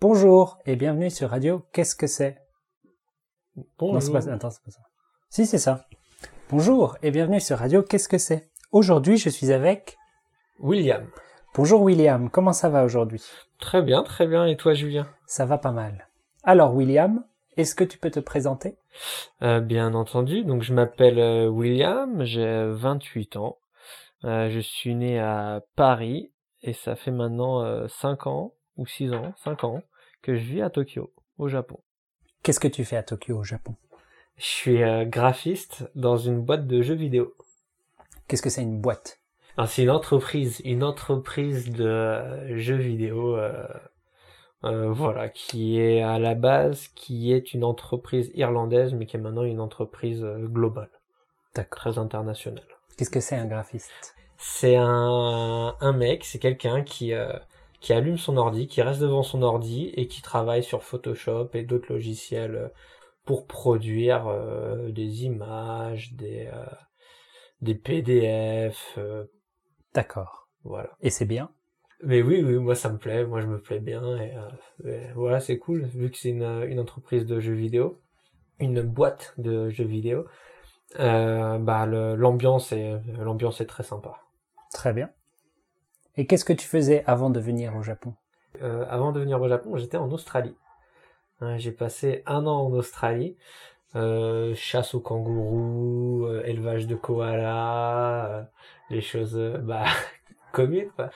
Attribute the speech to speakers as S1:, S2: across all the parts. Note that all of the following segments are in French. S1: Bonjour et bienvenue sur Radio Qu'est-ce que c'est Non, c'est
S2: Bonjour.
S1: pas ça. Attends, c'est pas ça. Si, c'est ça. Bonjour et bienvenue sur Radio Qu'est-ce que c'est Aujourd'hui, je suis avec...
S2: William.
S1: Bonjour William, comment ça va aujourd'hui
S2: Très bien, très bien. Et toi, Julien
S1: Ça va pas mal. Alors William, est-ce que tu peux te présenter
S2: Euh, Bien entendu. Donc, je m'appelle euh, William, j'ai 28 ans. Euh, je suis né à Paris et ça fait maintenant 5 ans ou 6 ans, 5 ans que je vis à Tokyo, au Japon.
S1: Qu'est-ce que tu fais à Tokyo au Japon
S2: Je suis euh, graphiste dans une boîte de jeux vidéo.
S1: Qu'est-ce que c'est une boîte
S2: Alors, Ah, c'est une entreprise, une entreprise de euh, jeux vidéo, euh, euh, voilà, qui est à la base, qui est une entreprise irlandaise, mais qui est maintenant une entreprise euh, globale,
S1: D'accord.
S2: très internationale.
S1: Qu'est-ce que c'est un graphiste
S2: C'est un, un mec, c'est quelqu'un qui, euh, qui allume son ordi, qui reste devant son ordi et qui travaille sur Photoshop et d'autres logiciels euh, pour produire euh, des images, des, euh, des PDF, euh,
S1: D'accord.
S2: voilà.
S1: Et c'est bien
S2: Mais oui, oui, moi ça me plaît, moi je me plais bien et, euh, et voilà, c'est cool vu que c'est une, une entreprise de jeux vidéo, une boîte de jeux vidéo. Euh, bah le- l'ambiance est l'ambiance est très sympa.
S1: Très bien. Et qu'est-ce que tu faisais avant de venir au Japon
S2: Euh, avant de venir au Japon, j'étais en Australie. Hein, J'ai passé un an en Australie, Euh, chasse aux kangourous, euh, élevage de koalas, euh, les choses euh, bah communes quoi.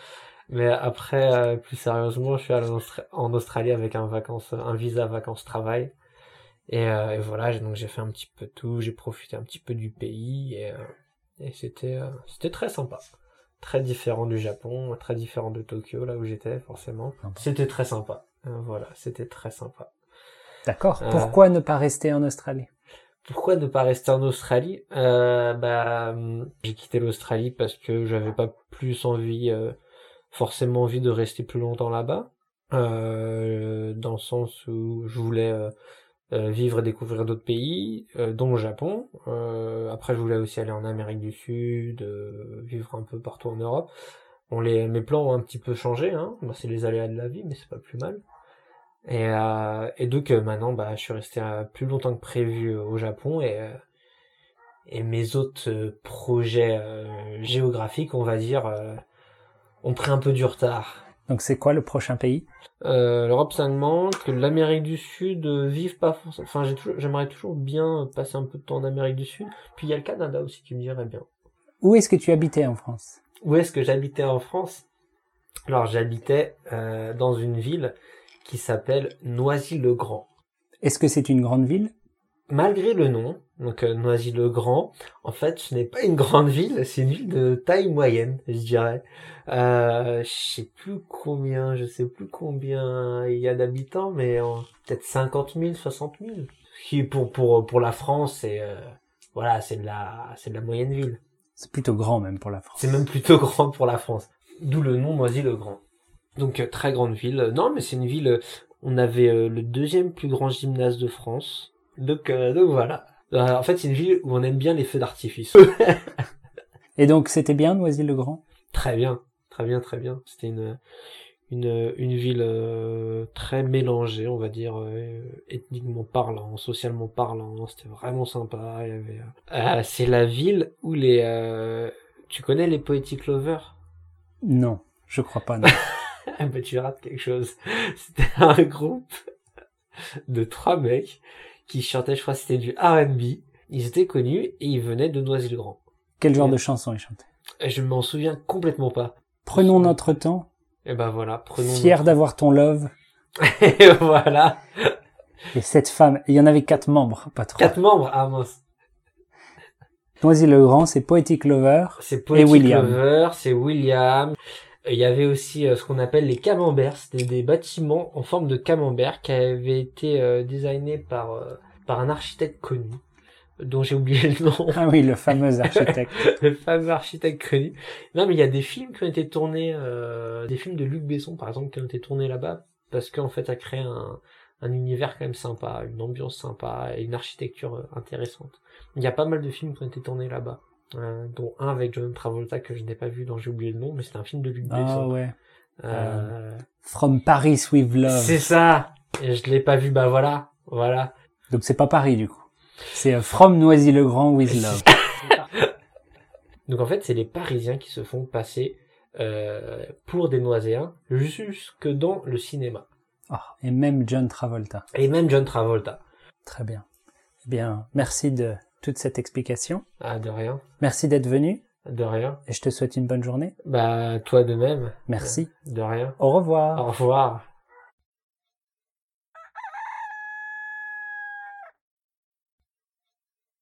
S2: Mais après, euh, plus sérieusement, je suis allé en Austra- en Australie avec un vacances, un visa vacances travail. Et, euh, et voilà, j'ai- donc j'ai fait un petit peu de tout, j'ai profité un petit peu du pays et, euh, et c'était euh, c'était très sympa, très différent du Japon, très différent de Tokyo là où j'étais forcément.
S1: Sympa.
S2: C'était très sympa. Euh, Voilà, c'était très sympa.
S1: D'accord.
S2: Euh.
S1: Pourquoi ne pas rester en Australie
S2: pourquoi ne pas rester en Australie euh, Bah, hum, j'ai quitté l'Australie parce que j'avais pas plus envie, euh, forcément envie de rester plus longtemps là-bas, euh, dans le sens où je voulais euh, euh, vivre et découvrir d'autres pays, euh, dont le Japon. Euh, après, je voulais aussi aller en Amérique du Sud, euh, vivre un peu partout en Europe. Bon, les, mes plans ont un petit peu changé, hein. Bon, c'est les aléas de la vie, mais c'est pas plus mal. Et, euh, et donc euh, maintenant, bah, je suis resté euh, plus longtemps que prévu euh, au Japon et, euh, et mes autres euh, projets euh, géographiques, on va dire, euh, ont pris un peu du retard.
S1: Donc c'est quoi le prochain pays
S2: Euh, L'Europe, ça me manque. L'Amérique du Sud euh, vive pas forcément. Enfin, j'ai toujours- j'aimerais toujours bien passer un peu de temps en Amérique du Sud. Puis il y a le Canada aussi qui me dirait bien.
S1: Où est-ce que tu habitais en France
S2: Où est-ce que j'habitais en France Alors j'habitais euh, dans une ville qui s'appelle Noisy-le-Grand.
S1: Est-ce que c'est une grande ville
S2: malgré le nom, donc euh, Noisy-le-Grand, en fait, ce n'est pas une grande ville, c'est une ville de taille moyenne, je dirais. Euh, je sais plus combien, je sais plus combien il y a d'habitants, mais euh, peut-être 50 000, 60 000. Ce Qui pour pour pour la France, c'est euh, voilà, c'est de la c'est de la moyenne ville.
S1: C'est plutôt grand même pour la France.
S2: C'est même plutôt grand pour la France. D'où le nom Noisy-le-Grand. Donc euh, très grande ville. Euh, Non, mais c'est une ville. euh, On avait euh, le deuxième plus grand gymnase de France. Donc, euh, donc voilà. Euh, en fait, c'est une ville où on aime bien les feux d'artifice.
S1: Et donc c'était bien Noisy-le-Grand
S2: très bien, très bien, très bien. C'était une une une ville euh, très mélangée, on va dire, euh, ethniquement parlant, socialement parlant. C'était vraiment sympa. Il y avait. euh, euh, c'est la ville où les. euh, Tu connais les Poetic Lovers
S1: Non, je crois pas. non.
S2: Ah bah tu rates quelque chose. C'était un groupe de trois mecs qui chantaient, je crois que c'était du R&B. Ils étaient connus et ils venaient de Noisy-le-Grand.
S1: Quel genre de chanson ils chantaient
S2: Et Je m'en souviens complètement pas.
S1: Prenons notre temps,
S2: Et ben voilà, prenons.
S1: fier d'avoir ton love.
S2: Et voilà,
S1: Et cette femme, il y en avait quatre membres, pas trois.
S2: quatre membres. Ah mince.
S1: Noisy-le-Grand, c'est Poetic Lover.
S2: C'est Poetic
S1: Et William.
S2: Lover, c'est William. Il y avait aussi euh, ce qu'on appelle les camemberts. C'était des bâtiments en forme de camembert qui avaient été euh, designés par euh, par un architecte connu dont j'ai oublié le nom.
S1: Ah oui, le fameux architecte.
S2: le fameux architecte connu. Non, mais il y a des films qui ont été tournés, euh, des films de Luc Besson par exemple, qui ont été tournés là-bas parce qu'en fait, ça crée un, un univers quand même sympa, une ambiance sympa et une architecture euh, intéressante. Il y a pas mal de films qui ont été tournés là-bas, euh, dont un avec John Travolta que je n'ai pas vu, dont j'ai oublié le nom, mais c'est un film de Luc
S1: Ah
S2: Besson.
S1: ouais.
S2: Euh,
S1: From Paris with Love.
S2: c'est ça. Et je l'ai pas vu, bah voilà, voilà.
S1: Donc c'est pas Paris du coup. C'est euh, From Noisy-le-Grand with Love.
S2: Donc en fait, c'est les Parisiens qui se font passer euh, pour des Noiséens jusque dans le cinéma.
S1: Ah, et même John Travolta.
S2: Et même John Travolta.
S1: Très bien. Eh bien, merci de toute cette explication.
S2: Ah, de rien,
S1: Merci d'être venu
S2: de rien.
S1: et je te souhaite une bonne journée.
S2: Bah toi de même,
S1: Merci.
S2: de rien.
S1: Au revoir.
S2: Au revoir.